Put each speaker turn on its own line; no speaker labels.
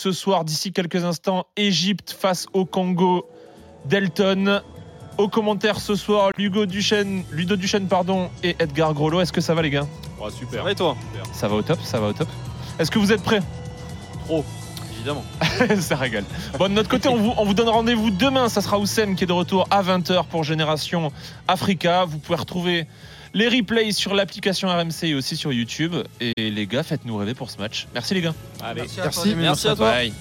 ce soir, d'ici quelques instants, Égypte face au Congo, Delton. Au commentaire ce soir, Ludo Duchesne, Ludo Duchesne pardon, et Edgar Grollo. Est-ce que ça va les gars
Ouais, super.
Et toi
Ça va au top, ça va au top. Est-ce que vous êtes prêts
Trop, évidemment.
ça régale. Bon, de notre côté, on vous, on vous donne rendez-vous demain. Ça sera Oussem qui est de retour à 20h pour Génération Africa. Vous pouvez retrouver les replays sur l'application RMC et aussi sur YouTube. Et les gars, faites-nous rêver pour ce match. Merci les gars.
Allez.
Merci.
Merci à toi.
Bye.